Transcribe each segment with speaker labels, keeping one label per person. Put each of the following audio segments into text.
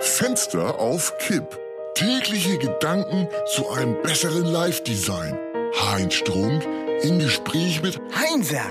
Speaker 1: Fenster auf Kipp. Tägliche Gedanken zu einem besseren Live-Design. Heinz Strunk im Gespräch mit
Speaker 2: Heinser,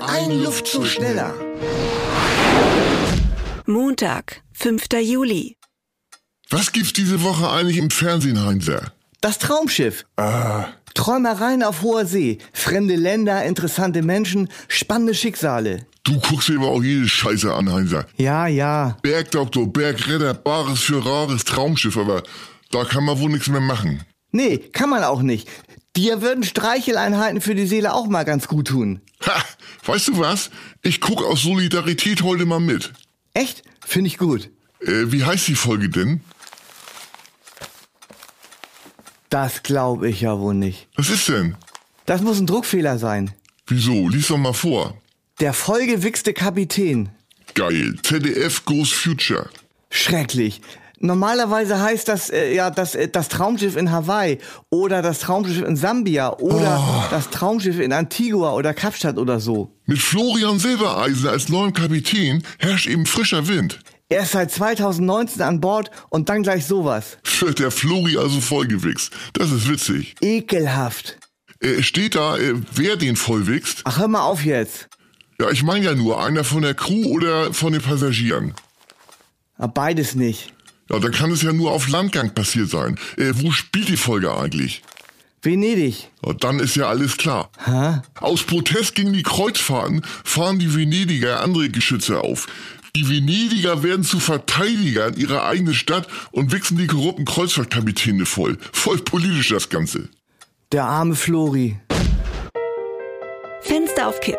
Speaker 2: ein, Luftzug ne? schneller.
Speaker 3: Montag, 5. Juli.
Speaker 1: Was gibt's diese Woche eigentlich im Fernsehen, Heinzer?
Speaker 2: Das Traumschiff. Ah. Träumereien auf hoher See, fremde Länder, interessante Menschen, spannende Schicksale.
Speaker 1: Du guckst dir aber auch jede Scheiße an, Heinzer.
Speaker 2: Ja, ja.
Speaker 1: Bergdoktor, Bergretter, Bares für Rares, Traumschiff, aber da kann man wohl nichts mehr machen.
Speaker 2: Nee, kann man auch nicht. Dir würden Streicheleinheiten für die Seele auch mal ganz gut tun.
Speaker 1: Ha, weißt du was? Ich guck aus Solidarität heute mal mit.
Speaker 2: Echt? Finde ich gut.
Speaker 1: Äh, wie heißt die Folge denn?
Speaker 2: Das glaube ich ja wohl nicht.
Speaker 1: Was ist denn?
Speaker 2: Das muss ein Druckfehler sein.
Speaker 1: Wieso? Lies doch mal vor.
Speaker 2: Der vollgewichste Kapitän.
Speaker 1: Geil. ZDF Goes Future.
Speaker 2: Schrecklich. Normalerweise heißt das äh, ja das, äh, das Traumschiff in Hawaii oder das Traumschiff in Sambia oder das Traumschiff in Antigua oder Kapstadt oder so.
Speaker 1: Mit Florian Silbereisen als neuem Kapitän herrscht eben frischer Wind.
Speaker 2: Er ist seit 2019 an Bord und dann gleich sowas.
Speaker 1: Wird der Flori also vollgewichst. Das ist witzig.
Speaker 2: Ekelhaft.
Speaker 1: Äh, steht da, äh, wer den vollwichst?
Speaker 2: Ach, hör mal auf jetzt.
Speaker 1: Ja, ich meine ja nur, einer von der Crew oder von den Passagieren.
Speaker 2: Ah, Beides nicht.
Speaker 1: Ja, dann kann es ja nur auf Landgang passiert sein. Äh, wo spielt die Folge eigentlich?
Speaker 2: Venedig.
Speaker 1: Ja, dann ist ja alles klar.
Speaker 2: Hä?
Speaker 1: Aus Protest gegen die Kreuzfahrten fahren die Venediger andere Geschütze auf. Die Venediger werden zu Verteidigern ihrer eigenen Stadt und wichsen die korrupten Kreuzfahrtkapitäne voll. Voll politisch das Ganze.
Speaker 2: Der arme Flori.
Speaker 3: Fenster auf Kipp